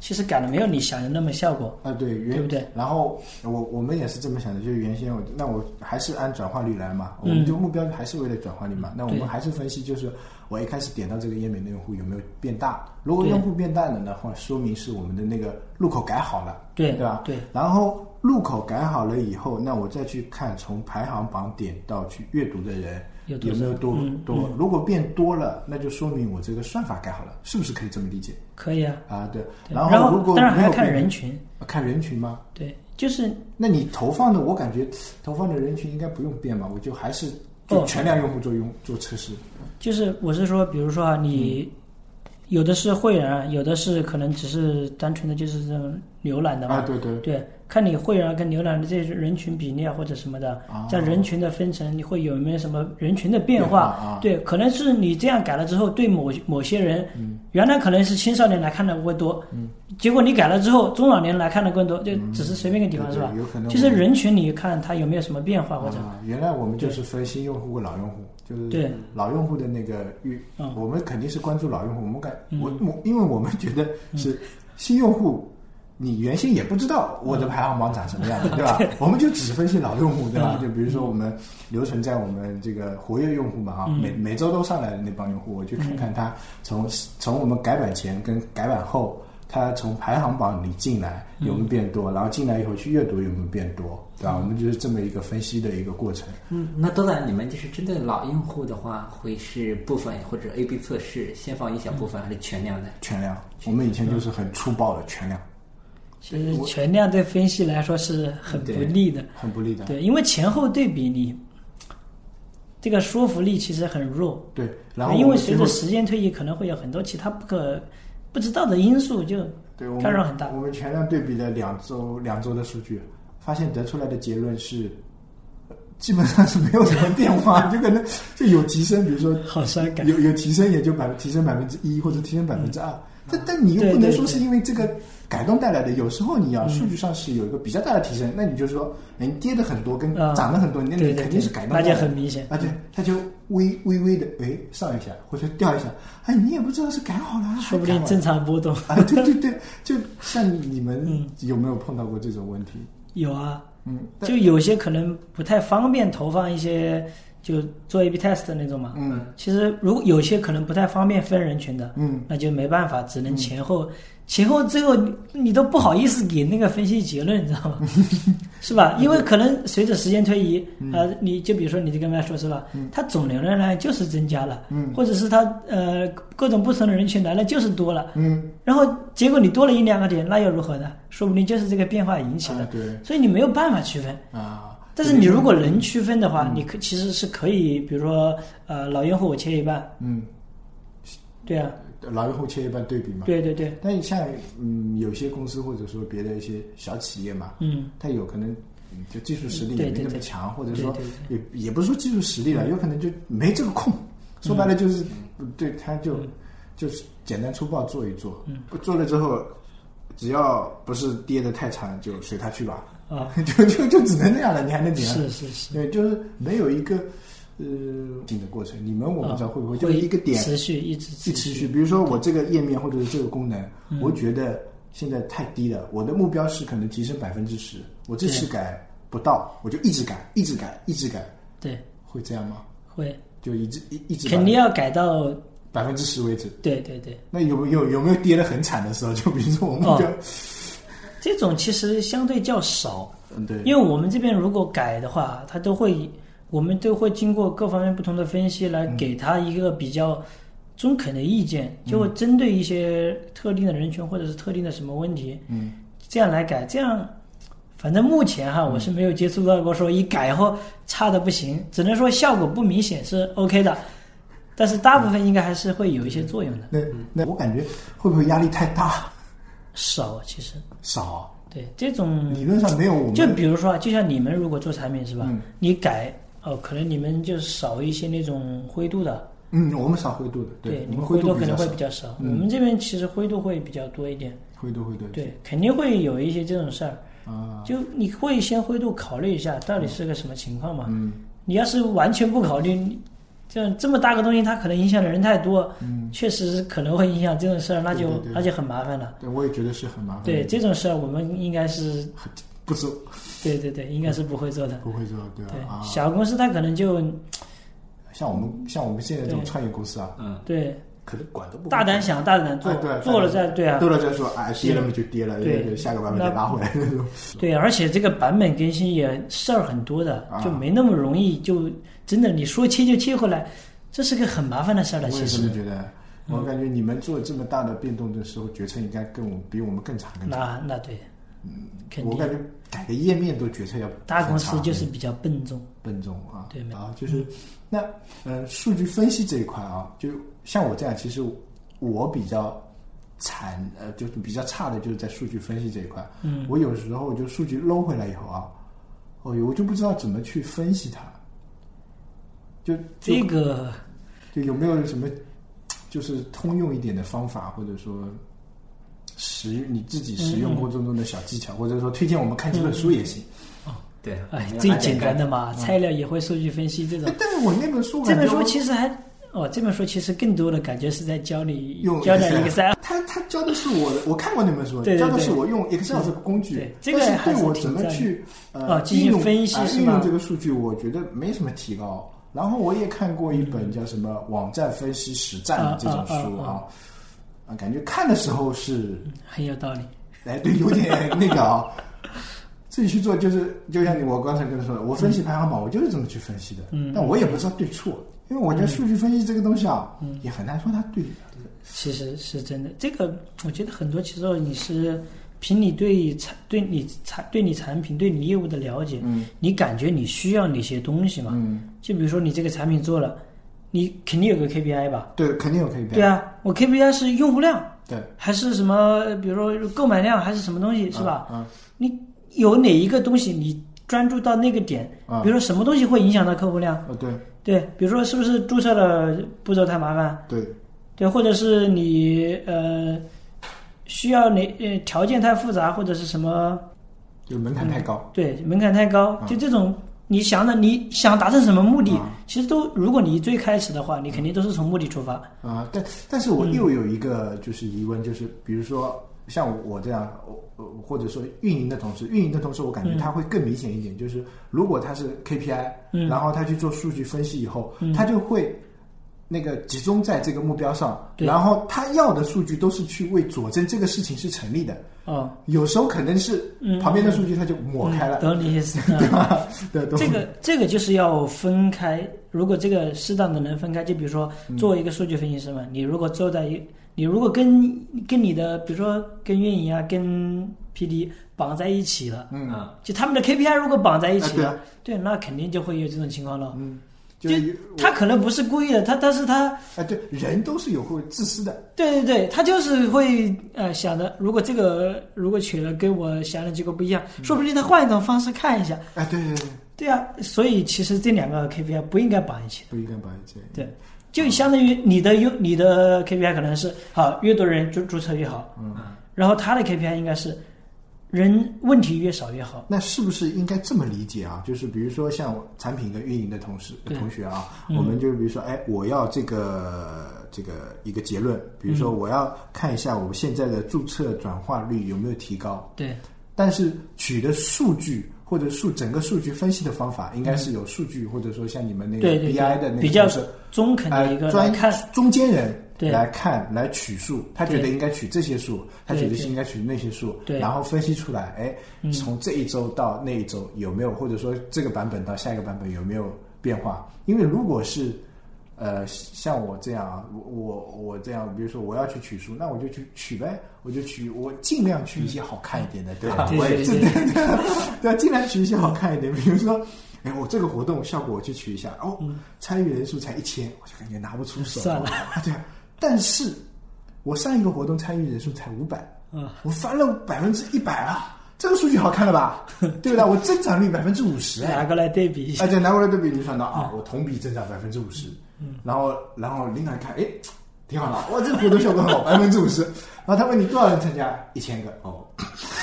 Speaker 2: 其实改了没有你想的那么效果。
Speaker 1: 啊，对，原
Speaker 2: 对不对？
Speaker 1: 然后我我们也是这么想的，就是原先我那我还是按转化率来嘛，我们
Speaker 2: 嗯
Speaker 1: 就目标还是为了转化率嘛。那我们
Speaker 2: 对
Speaker 1: 还是分析，就是我一开始点到这个页面的用户有没有变大？如果
Speaker 2: 对
Speaker 1: 用户变大了的话，说明是我们的那个入口改好了，
Speaker 2: 对
Speaker 1: 对吧？
Speaker 2: 对，
Speaker 1: 然后入口改好了以后，那我再去看从排行榜点到去阅读的人
Speaker 2: 有多
Speaker 1: 有没有
Speaker 2: 少
Speaker 1: 多
Speaker 2: 嗯
Speaker 1: 多？如果变多了，那就说明我这个算法改好了，是不是可以这么理解？
Speaker 2: 可以啊。
Speaker 1: 啊，对。
Speaker 2: 对
Speaker 1: 然
Speaker 2: 然
Speaker 1: 后如果
Speaker 2: 当然
Speaker 1: 没
Speaker 2: 还
Speaker 1: 有
Speaker 2: 要看
Speaker 1: 变
Speaker 2: 人群，
Speaker 1: 看人群吗？
Speaker 2: 对，就是
Speaker 1: 那你投放的，我感觉投放的人群应该不用变吧？我就还是就
Speaker 2: 哦
Speaker 1: 全量用户做用做测试。
Speaker 2: 就是我是说，比如说啊，
Speaker 1: 嗯
Speaker 2: 你有的是会员啊，有的是可能只是单纯的就是这种浏览的嘛
Speaker 1: 啊，。对对，
Speaker 2: 对，看你会员跟浏览的这些人群比例啊，或者什么的
Speaker 1: 啊，
Speaker 2: 在人群的分层，你会有没有什么人群的
Speaker 1: 变
Speaker 2: 变化？
Speaker 1: 啊，
Speaker 2: 对，可能是你这样改了之后，对某某些人，
Speaker 1: 嗯
Speaker 2: 原来可能是青少年来看的会多，结果你改了之后，中老年来看的更多，就只是随便一个地方
Speaker 1: 对
Speaker 2: 是吧
Speaker 1: 嗯对？有可能
Speaker 2: 就是
Speaker 1: 我们
Speaker 2: 人群，你看他有没有什么变化或者
Speaker 1: 啊，原来我们就是分新用户和老用户，就是
Speaker 2: 对
Speaker 1: 老用户的那个预，
Speaker 2: 嗯
Speaker 1: 我们肯定是关注老用户。我们感
Speaker 2: 嗯
Speaker 1: 我我，因为我们觉得是新用户。你原先也不知
Speaker 2: 嗯
Speaker 1: 道我的排行榜长什么样子，对 吧？我们就只分析老用户，对吧？
Speaker 2: 嗯
Speaker 1: 就比如说我们留存在我们这个活跃用户嘛，啊，
Speaker 2: 嗯
Speaker 1: 每每周都上来的那帮用户，我去看看他从从我们改版前跟改版后，他从排行榜里进来
Speaker 2: 嗯
Speaker 1: 有没有变多，然后进来以后去阅读有没有变多，对吧？我们就是这么一个分析的一个过程。
Speaker 3: 嗯，那多仔，你们就是针对老用户的话，会是部分或者 A/B 测试，先放一小部分，还是全量的？
Speaker 1: 全量，我们以前就是很粗暴的全量，
Speaker 2: 其实全量对分析来说是嗯很不利的，
Speaker 1: 很不利的。
Speaker 2: 对，因为前后对比你这个说服力其实很弱，
Speaker 1: 对，然后
Speaker 2: 啊因
Speaker 1: 我
Speaker 2: 为
Speaker 1: 们
Speaker 2: 随
Speaker 1: 最
Speaker 2: 着
Speaker 1: 后
Speaker 2: 时间推移，可能会有很多其他不可不知道的因素就
Speaker 1: 对我们
Speaker 2: 干扰很大
Speaker 1: 我们全量对比了两周两周的数据，发现得出来的结论是，呃基本上是没有什么变化， 就可能就有提升，比如说
Speaker 2: 好伤感。
Speaker 1: 有有提升，也就百分提升百分之一或者提升百分之二。但但你又
Speaker 2: 对
Speaker 1: 不能
Speaker 2: 对
Speaker 1: 说是
Speaker 2: 对嗯
Speaker 1: 因为这个改动带来的，有时候你要数据上是有一个比较大的提升，那你就说，哎你跌的很多跟
Speaker 2: 啊
Speaker 1: 涨了很多，那
Speaker 2: 对
Speaker 1: 你
Speaker 2: 对
Speaker 1: 肯
Speaker 2: 对
Speaker 1: 定是改，动
Speaker 2: 那
Speaker 1: 带
Speaker 2: 就
Speaker 1: 来
Speaker 2: 很
Speaker 1: 的。
Speaker 2: 明显。
Speaker 1: 啊，对，它就微微微的，哎，上一下或者掉一下，哎，你也不知道是改好了 还是
Speaker 2: 说不
Speaker 1: 改
Speaker 2: 定
Speaker 1: 好了
Speaker 2: 正常波动。
Speaker 1: 啊，对对对，就像你们
Speaker 2: 嗯
Speaker 1: 有没有碰到过这种问题？
Speaker 2: 有啊，
Speaker 1: 嗯，但
Speaker 2: 就有些可能不太方便投放一些就做 A/B test 的那种嘛。
Speaker 1: 嗯
Speaker 2: 其实如果有些可能不太方便分人群的，
Speaker 1: 嗯
Speaker 2: 那就没办法，只能前后、前后最后你你都不好意思给那个分析结论，你知 道吗？是吧？
Speaker 1: 嗯
Speaker 2: 因为可能随着时间推移，呃，你就比如说你这个麦说是吧，它总流量量就是增加了，
Speaker 1: 嗯
Speaker 2: 或者是它呃各种不同的人群来了就是多了，
Speaker 1: 嗯，
Speaker 2: 然后结果你多了一两个点，那又如何呢？说不定就是这个变化引起的，
Speaker 1: 啊对
Speaker 2: 所以你没有办法区分。
Speaker 1: 啊，
Speaker 2: 嗯但是你如果能区分的话，
Speaker 1: 嗯
Speaker 2: 你可其实是可以，比如说呃老用户我切一半，
Speaker 1: 嗯，
Speaker 2: 对啊，
Speaker 1: 老用户切一半对比嘛，
Speaker 2: 对对对，
Speaker 1: 但像嗯，有些公司或者说别的一些小企业嘛，
Speaker 2: 嗯，
Speaker 1: 它有可能嗯就技术实力
Speaker 2: 对
Speaker 1: 也没
Speaker 2: 对
Speaker 1: 那么
Speaker 2: 对
Speaker 1: 强，或者
Speaker 2: 对
Speaker 1: 说
Speaker 2: 对嗯
Speaker 1: 也也不是说技术实力了，有可能就没这个空。说白了就是，对，他就
Speaker 2: 嗯
Speaker 1: 就是简单粗暴做一做，做了之后，只要不是跌的太惨，就随他去吧，
Speaker 2: 啊，
Speaker 1: 就就就只能那样了，你还能怎样？
Speaker 2: 是是是，
Speaker 1: 对，就是没有一个呃进的过程。你们我不
Speaker 2: 啊
Speaker 1: 知道会不会，就是一个点
Speaker 2: 持续一直
Speaker 1: 一持续。比如说我这个页面或者是这个功能，
Speaker 2: 嗯
Speaker 1: 我觉得现在太低了，我的目标是可能提升百分之十，我这次改不到，我就一直改，一直改，一直改，
Speaker 2: 对，
Speaker 1: 会这样吗？
Speaker 2: 会
Speaker 1: 就一直一一直
Speaker 2: 肯定要改到
Speaker 1: 百分之十为止。
Speaker 2: 对对对，
Speaker 1: 那有没有有没有跌得很惨的时候？就比如说我目标，
Speaker 2: 哦这种其实相对较少，
Speaker 1: 嗯，对，
Speaker 2: 因为我们这边如果改的话，它都会我们都会经过各方面不同的分析来给他一个比较中肯的意见，就会针对一些特定的人群或者是特定的什么问题，
Speaker 1: 嗯，
Speaker 2: 这样来改，这样。反正目前哈，我是没有接触到过说一改后差的不行，只能说效果不明显是 OK 的，但是大部分应该还是会有一些作用的，
Speaker 1: 那那我感觉会不会压力太大？
Speaker 2: 少其实
Speaker 1: 少，
Speaker 2: 对这种
Speaker 1: 理论上没有我们
Speaker 2: 嗯就比如说啊，就像你们如果做产品是吧？
Speaker 1: 嗯
Speaker 2: 你改哦，可能你们就少一些那种灰度的，
Speaker 1: 嗯，我们少灰度的，
Speaker 2: 你
Speaker 1: 我
Speaker 2: 们
Speaker 1: 们
Speaker 2: 灰
Speaker 1: 度
Speaker 2: 可
Speaker 1: 比
Speaker 2: 能
Speaker 1: 较
Speaker 2: 会
Speaker 1: 少
Speaker 2: 比，较少。
Speaker 1: 嗯
Speaker 2: 我们这边其实灰度会比较多一点，
Speaker 1: 灰度灰度，
Speaker 2: 对，肯定会有一些这种事儿。
Speaker 1: 啊，
Speaker 2: 就你会先灰度考虑一下，到底是个什么情况嘛？
Speaker 1: 嗯
Speaker 2: 你要是完全不考虑，你这样这么大个东西，它可能影响的人太多，
Speaker 1: 嗯，
Speaker 2: 确实可能会影响这种事儿，那
Speaker 1: 对
Speaker 2: 就
Speaker 1: 对啊对
Speaker 2: 那就很麻烦了。
Speaker 1: 对，我也觉得是很麻烦，
Speaker 2: 对，这种事儿，我们应该是
Speaker 1: 不知
Speaker 2: 对对对，应该是不会做的。
Speaker 1: 不会做，对吧？
Speaker 2: 对，
Speaker 1: 啊，
Speaker 2: 小公司它可能就
Speaker 1: 像我们像我们现在这种创业公司啊，
Speaker 3: 嗯，
Speaker 2: 对
Speaker 1: 可能管都不管
Speaker 2: 大胆想，大胆做
Speaker 1: 哎对，
Speaker 2: 做了再对啊，
Speaker 1: 对了再说，哎，
Speaker 2: 是
Speaker 1: 跌了嘛就跌了，
Speaker 2: 对
Speaker 1: 下个版本再拉回来那种。
Speaker 2: 对，啊而且这个版本更新也事儿很多的，
Speaker 1: 啊
Speaker 2: 就没那么容易，就真的你说切就切回来，这是个很麻烦的事儿了。
Speaker 1: 我
Speaker 2: 其
Speaker 1: 也这么
Speaker 2: 实，
Speaker 1: 觉得，
Speaker 2: 嗯
Speaker 1: 我感觉你们做这么大的变动的时候，决策应该跟我们比我们更长更长。
Speaker 2: 那那对，肯
Speaker 1: 我
Speaker 2: 定
Speaker 1: 感觉改个页面都决策要
Speaker 2: 大公
Speaker 1: 很
Speaker 2: 司
Speaker 1: 长
Speaker 2: 就是比较笨重。
Speaker 1: 笨重啊，
Speaker 2: 对嗯
Speaker 1: 啊，就是那呃，数据分析这一块啊，就像我这样，其实我比较惨，呃，就是比较差的，就是在数据分析这一块。
Speaker 2: 嗯，
Speaker 1: 我有时候就数据搂回来以后啊，哦哟，我就不知道怎么去分析它，就就
Speaker 2: 这个
Speaker 1: 就有没有什么就是通用一点的方法，或者说实你自己实用
Speaker 2: 嗯嗯
Speaker 1: 过程中的小技巧，或者说推荐我们看几本书也行。
Speaker 3: 对，
Speaker 2: 哎
Speaker 3: 我们要
Speaker 2: 最
Speaker 3: 把
Speaker 2: 简
Speaker 3: 这个
Speaker 2: 单的嘛，材料也会数据分析这种
Speaker 1: 哎。但是我那本书
Speaker 2: 嗯这
Speaker 1: 感觉
Speaker 2: 本
Speaker 1: 嗯我，
Speaker 2: 书其实还哦，这本书其实更多的感觉是在教你
Speaker 1: 用
Speaker 2: 教点
Speaker 1: Excel
Speaker 2: Excel。
Speaker 1: 他他教的是我的，我看过那本书，
Speaker 2: 对对
Speaker 1: 教的
Speaker 2: 对
Speaker 1: 是我用 Excel 这个工具
Speaker 2: 对，这
Speaker 1: 但
Speaker 2: 个
Speaker 1: 是
Speaker 2: 还
Speaker 1: 对
Speaker 2: 是
Speaker 1: 我
Speaker 2: 挺
Speaker 1: 怎么
Speaker 2: 赞的
Speaker 1: 去
Speaker 2: 哦
Speaker 1: 呃
Speaker 2: 进行
Speaker 1: 运用
Speaker 2: 分析
Speaker 1: 啊
Speaker 2: 是
Speaker 1: 运
Speaker 2: 吧
Speaker 1: 用这个数据，我觉得没什么提高。然后我也看过一本叫什么《网站分析实战》的这种
Speaker 2: 啊啊
Speaker 1: 书啊，
Speaker 2: 啊
Speaker 1: 啊，感觉看的时候是，
Speaker 2: 很有道理。
Speaker 1: 哎，对，有点那个啊。自己去做就是，就像你我刚才跟你说的，我分析排行榜，我就是这么去分析的，
Speaker 2: 嗯
Speaker 1: 但我也不知道对错，因为我觉得数据分析这个东西啊，
Speaker 2: 嗯
Speaker 1: 也很难说它对，
Speaker 2: 其实是真的，这个我觉得很多时候你是凭你对产对你产对你产品对你业务的了解，
Speaker 1: 嗯
Speaker 2: 你感觉你需要哪些东西嘛？
Speaker 1: 嗯，
Speaker 2: 就比如说你这个产品做了，你肯定有个 KPI 吧？
Speaker 1: 对，肯定有可以
Speaker 2: 对
Speaker 1: 变，
Speaker 2: 啊，我 KPI 是用户量
Speaker 1: 对，
Speaker 2: 啊
Speaker 1: 啊
Speaker 2: 还是什么？比如说购买量还是什么东西是吧？
Speaker 1: 嗯？嗯，
Speaker 2: 你有哪一个东西你专注到那个点，
Speaker 1: 啊
Speaker 2: 比如说什么东西会影响到客户量？
Speaker 1: 啊，对
Speaker 2: 对，比如说是不是注册了步骤太麻烦？
Speaker 1: 对，
Speaker 2: 对，或者是你呃需要哪呃条件太复杂，或者是什么
Speaker 1: 就门槛
Speaker 2: 嗯
Speaker 1: 太高，
Speaker 2: 对门槛太高，
Speaker 1: 嗯
Speaker 2: 就这种你想的你想达成什么目的，其实都如果你最开始的话，你肯定都是从目的出发。
Speaker 1: 啊，但但是我
Speaker 2: 嗯
Speaker 1: 又有一个就是疑问，就是比如说像我这样，我我或者说运营的同事，运营的同事我感觉他会更明显一点，就是如果他是 KPI，、
Speaker 2: 嗯
Speaker 1: 然后他去做数据分析以后，他就会。那个集中在这个目标上，
Speaker 2: 对
Speaker 1: 然后他要的数据都是去为佐证这个事情是成立的。
Speaker 2: 哦，
Speaker 1: 有时候可能是
Speaker 2: 嗯
Speaker 1: 旁边的数据他就抹开了，
Speaker 2: 嗯懂你 意思。嗯
Speaker 1: 对吧？对，懂
Speaker 2: 这个这个就是要分开，如果这个适当的能分开，就比如说
Speaker 1: 嗯
Speaker 2: 作为一个数据分析师嘛，你如果坐在一，你如果跟跟你的比如说跟运营啊、跟 PD 绑在一起了，
Speaker 1: 嗯
Speaker 3: 啊，
Speaker 2: 就他们的 KPI 如果绑在一
Speaker 1: 啊
Speaker 2: 起
Speaker 1: 对
Speaker 2: 了，
Speaker 1: 啊
Speaker 2: 对，那肯定就会有这种情况了。
Speaker 1: 嗯，就
Speaker 2: 就他可能不是故意的，他但是他
Speaker 1: 啊，对，人都是有会自私的，
Speaker 2: 对对对，他就是会呃想的，如果这个如果取了跟我想的结果不一样，
Speaker 1: 嗯
Speaker 2: 说不定他换一种方式看一下。
Speaker 1: 啊，对对对，
Speaker 2: 对啊，所以其实这两个 KPI 不应该绑一起，
Speaker 1: 不应该把这
Speaker 2: 对就相当于你的用你的 KPI 可能是好，越多人注注册越好，
Speaker 3: 嗯，
Speaker 2: 然后他的 KPI 应该是人问题越少越好。
Speaker 1: 那是不是应该这么理解啊？就是比如说像产品跟运营的同事
Speaker 2: 对
Speaker 1: 同学啊，
Speaker 2: 嗯
Speaker 1: 我们就比如说，哎，我要这个这个一个结论，比如
Speaker 2: 嗯
Speaker 1: 说我要看一下我们现在的注册转化率有没有提高，
Speaker 2: 对
Speaker 1: 但是取的数据。或者数整个数据分析的方法，应该是有数据，或者说像你们那个
Speaker 2: 嗯对对
Speaker 1: BI 的那个
Speaker 2: 对，比较
Speaker 1: 同事
Speaker 2: 中肯的一个
Speaker 1: 呃，
Speaker 2: 来
Speaker 1: 专
Speaker 2: 看，
Speaker 1: 中间人
Speaker 2: 对
Speaker 1: 来看来取数，他觉得应该取这些数，他觉得
Speaker 2: 对
Speaker 1: 是
Speaker 2: 对
Speaker 1: 应该取那些数，
Speaker 2: 对嗯
Speaker 1: 然后分析出来，哎，从这一周到那一周有没有，或者说这个版本到下一个版本有没有变化？因为如果是呃像我这样啊，我我我这样，比如说我要去取数，那我就去取呗，我就取，我尽量取一些好看一点的，对吧？
Speaker 2: 对
Speaker 1: 我也
Speaker 2: 对
Speaker 1: 这
Speaker 2: 对
Speaker 1: 对对对，尽量取一些好看一点，比如说。哎，我这个活动效果我去取一下，哦，参与人数才一千，我就感觉拿不出手。
Speaker 2: 算了
Speaker 1: 啊，对啊。但是，我上一个活动参与人数才五百，
Speaker 2: 嗯，
Speaker 1: 我翻了百分之一百啊，这个数据好看了吧？对不对？我增长率百分之五十，哎，
Speaker 2: 拿过来对比一下
Speaker 1: 而。且拿过来对比，你算到啊，我同比增长百分之五十，然后然后领导一看，哎，挺好的，哇，这个活动效果很好，百分之五十。然后他问你多少人参加，一千个哦，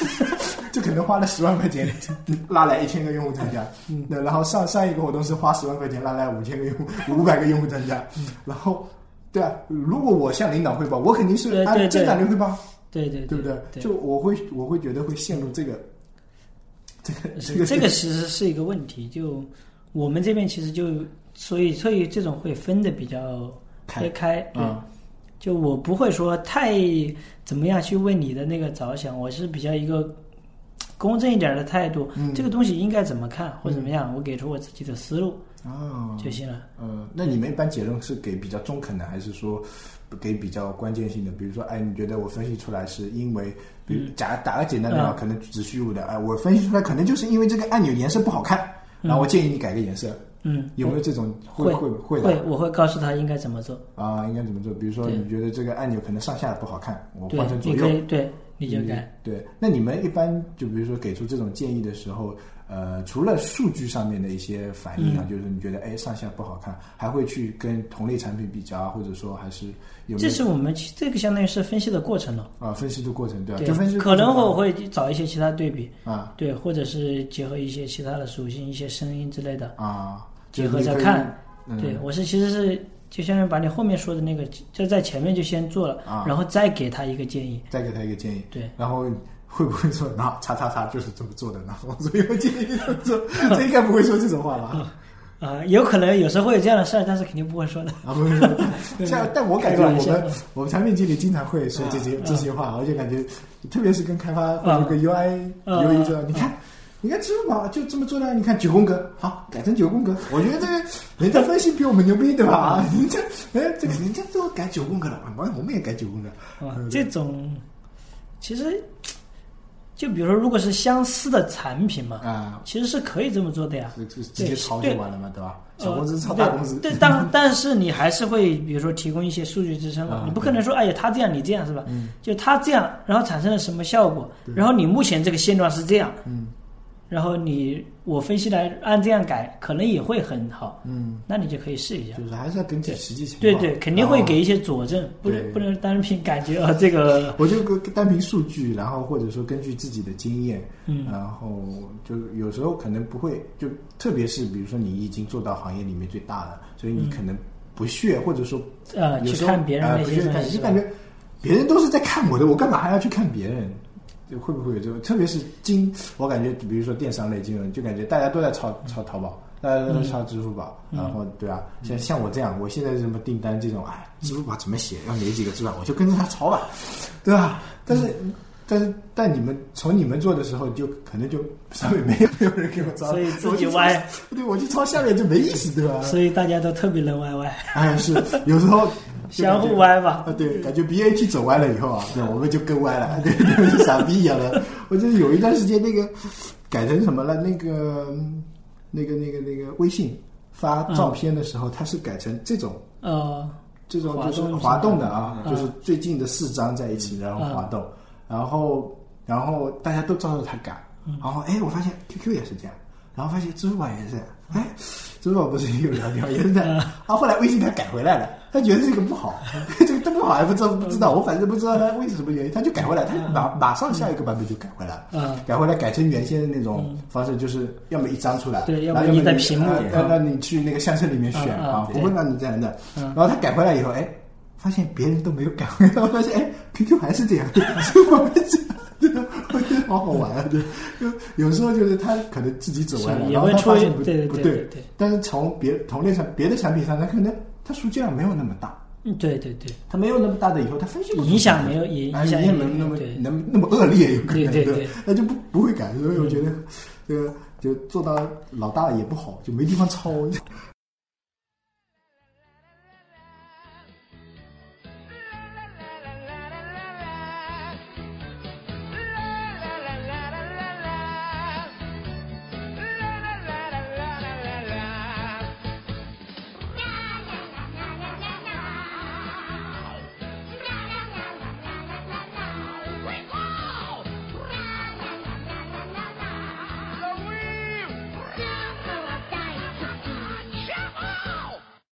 Speaker 1: 就可能花了十万块钱 拉来一千个用户参加，
Speaker 2: 嗯
Speaker 1: 那然后上上一个活动是花十万块钱拉来五千个用 户，五百个用户参加，
Speaker 2: 嗯
Speaker 1: 然后。对啊，如果我向领导汇报，我肯定是哎
Speaker 2: 对对
Speaker 1: 按
Speaker 2: 对
Speaker 1: 增长率汇报，
Speaker 2: 对对
Speaker 1: 对不对？
Speaker 2: 对
Speaker 1: 就我会我会觉得会陷入这个这个这个
Speaker 2: 这个其实是一个问题，就我们这边其实就所以所以这种会分的比较
Speaker 1: 开
Speaker 2: 开嗯开，对，
Speaker 1: 啊
Speaker 2: 就我不会说太怎么样去为你的那个着想，我是比较一个公正一点的态度，
Speaker 1: 嗯
Speaker 2: 这个东西应该怎么看或怎么样，我给出我自己的思路
Speaker 1: 啊，
Speaker 2: 就行了。
Speaker 1: 嗯，那你们一般结论是给比较中肯的，还是说给比较关键性的？比如说，哎，你觉得我分析出来是因为，比如假打个简单的话，
Speaker 2: 嗯
Speaker 1: 可能只虚无的，哎，我分析出来可能就是因为这个按钮颜色不好看，然后我建议你改个颜色，
Speaker 2: 嗯，
Speaker 1: 有没有这种
Speaker 2: 会
Speaker 1: 会会
Speaker 2: 会
Speaker 1: 的？
Speaker 2: 我会告诉他应该怎么做，
Speaker 1: 啊，应该怎么做？比如说，
Speaker 2: 对
Speaker 1: 你觉得这个按钮可能上下不好看，我
Speaker 2: 对
Speaker 1: 换成，左
Speaker 2: 你可
Speaker 1: 右
Speaker 2: 以，对你就改。
Speaker 1: 嗯对，那你们一般就比如说给出这种建议的时候，呃，除了数据上面的一些反应啊，
Speaker 2: 嗯
Speaker 1: 就是你觉得哎上下不好看，还会去跟同类产品比较啊，或者说还是有没
Speaker 2: 这
Speaker 1: 有
Speaker 2: 是我们其这个相当于是分析的过程了，
Speaker 1: 啊、分析的过程对吧、
Speaker 2: 对
Speaker 1: 就分析，的
Speaker 2: 可能
Speaker 1: 过程
Speaker 2: 我会找一些其他对比，
Speaker 1: 啊
Speaker 2: 对，或者是结合一些其他的属性、一些声音之类的。
Speaker 1: 啊
Speaker 2: 结合
Speaker 1: 就是
Speaker 2: 着
Speaker 1: 你可以
Speaker 2: 看
Speaker 1: 嗯、
Speaker 2: 对我是其实是就相当于把你后面说的那个，就在前面就先做了，
Speaker 1: 啊
Speaker 2: 然后再给他一个建议。
Speaker 1: 再给他一个建议，
Speaker 2: 对，
Speaker 1: 然后会不会说那叉叉叉就是这么做的呢？我所以我建议这么做，这应该不会说这种话吧？
Speaker 2: 啊、有可能有时候会有这样的事儿，但是肯定不会说的。
Speaker 1: 啊，不是，不是 像但我感觉
Speaker 2: 开玩
Speaker 1: 我
Speaker 2: 笑
Speaker 1: 们我们产品经理经常会说这
Speaker 2: 啊
Speaker 1: 些这些话，而且感觉，特别是跟开发或者跟 UI
Speaker 2: 啊
Speaker 1: UI 这，你看。你看支付宝就这么做的，你看九宫格，好改成九宫格。我觉得这个人家分析比我们牛逼，对吧？ 人家哎，这个人家都改九宫格了，我们我们也改九宫格。
Speaker 2: 啊、
Speaker 1: 嗯
Speaker 2: 这种其实就比如说，如果是相似的产品嘛，
Speaker 1: 啊，
Speaker 2: 其实是可以这么做的呀。
Speaker 1: 这这直接抄就完了嘛，对吧？小公司抄
Speaker 2: 呃
Speaker 1: 大公司，
Speaker 2: 对，对，当但是你还是会，比如说提供一些数据支撑嘛
Speaker 1: 啊，嗯
Speaker 2: 你不可能说，哎呀，他这样你这样是吧？就他这样，然后产生了什么效果
Speaker 1: 对，
Speaker 2: 然后你目前这个现状是这样，
Speaker 1: 嗯，
Speaker 2: 然后你我分析来按这样改，可能也会很好，
Speaker 1: 嗯，
Speaker 2: 那你就可以试一下。
Speaker 1: 就是还是要根据实际情况。
Speaker 2: 对对，肯定会
Speaker 1: 然后
Speaker 2: 给一些佐证，不
Speaker 1: 对
Speaker 2: 能不能单凭感觉啊，这个
Speaker 1: 我就跟单凭数据，然后或者说根据自己的经验，
Speaker 2: 嗯
Speaker 1: 然后就有时候可能不会，就特别是比如说你已经做到行业里面最大了，所以你可能不屑或者说
Speaker 2: 呃
Speaker 1: 有
Speaker 2: 去
Speaker 1: 时候
Speaker 2: 看别人
Speaker 1: 呃
Speaker 2: 那
Speaker 1: 不
Speaker 2: 些
Speaker 1: 屑
Speaker 2: 东
Speaker 1: 看，
Speaker 2: 西
Speaker 1: 就是感
Speaker 2: 吧，
Speaker 1: 觉别人都是在看我的，我干嘛还要去看别人？就会不会有这种？特别是金，我感觉比如说电商类金融，就感觉大家都在抄
Speaker 2: 嗯
Speaker 1: 抄淘宝。大家都在抄支付宝，然后对啊，
Speaker 2: 嗯
Speaker 1: 像像我这样，我现在什么订单这种，哎，支付宝怎么写，要哪几个字啊，我就跟着他抄吧，对吧？但是，
Speaker 2: 嗯
Speaker 1: 但是，但你们从你们做的时候，就可能就上面没有没有人给我抄，
Speaker 2: 所以自
Speaker 1: 我
Speaker 2: 己
Speaker 1: 就抄
Speaker 2: 歪，
Speaker 1: 对，我就抄下面就没意思，对吧？
Speaker 2: 所以大家都特别能 YY，
Speaker 1: 哎，是有时候就感觉
Speaker 2: 相互歪吧。
Speaker 1: 啊，对，感觉 BAT 走歪了以后啊，对，我们就跟歪了，对， 我们就傻逼一样的。我记得有一段时间那个改成什么了，那个那个那个那个微信发照片的时候，它是改成这种
Speaker 2: 呃，
Speaker 1: 这种就是
Speaker 2: 滑动
Speaker 1: 滑动的啊，
Speaker 2: 嗯
Speaker 1: 就是最近的四张在一起，然后滑动，然后然后大家都照着它改，
Speaker 2: 嗯
Speaker 1: 然后哎，我发现 QQ 也是这样，然后发现支付宝也是这样，哎，支付宝不是也有聊天也是这样，
Speaker 2: 嗯
Speaker 1: 然后后来微信它改回来了，他觉得这个不好， 这个这不好还不知道不知道，
Speaker 2: 嗯
Speaker 1: 我反正不知道它为什么原因，他就改回来，他马马上下一个版本就改回来了。
Speaker 2: 嗯，
Speaker 1: 改回来改成原先的那种方式，就是要么一张出来，
Speaker 2: 对
Speaker 1: 然后
Speaker 2: 要么
Speaker 1: 么
Speaker 2: 你在屏幕
Speaker 1: 呃
Speaker 2: 里
Speaker 1: 让让你去那个相册里面选
Speaker 2: 嗯嗯
Speaker 1: 啊，不
Speaker 2: 对
Speaker 1: 会让你这样的。
Speaker 2: 嗯
Speaker 1: 然后他改回来以后，哎，发现别人都没有改回来，我发现哎，QQ 还是这 样，所以我们这样。对吧我觉得好好玩啊！对，就有时候就是他可能自己走歪了，
Speaker 2: 是也
Speaker 1: 然后
Speaker 2: 会
Speaker 1: 他
Speaker 2: 出
Speaker 1: 发
Speaker 2: 于
Speaker 1: 现不
Speaker 2: 对对
Speaker 1: 不
Speaker 2: 对
Speaker 1: 对
Speaker 2: 对对，
Speaker 1: 但是从别同类产别的产品上，他可能他数据量没有那么大，
Speaker 2: 嗯对对对，
Speaker 1: 他没有那么大的以后，他分析不出
Speaker 2: 影响
Speaker 1: 来
Speaker 2: 没有也影
Speaker 1: 哎
Speaker 2: 响
Speaker 1: 也没有那么
Speaker 2: 对
Speaker 1: 那么那么恶劣，有可能
Speaker 2: 对对对嗯
Speaker 1: 那就不不会改，所以我觉得这个就做到老大也不好，就没地方抄。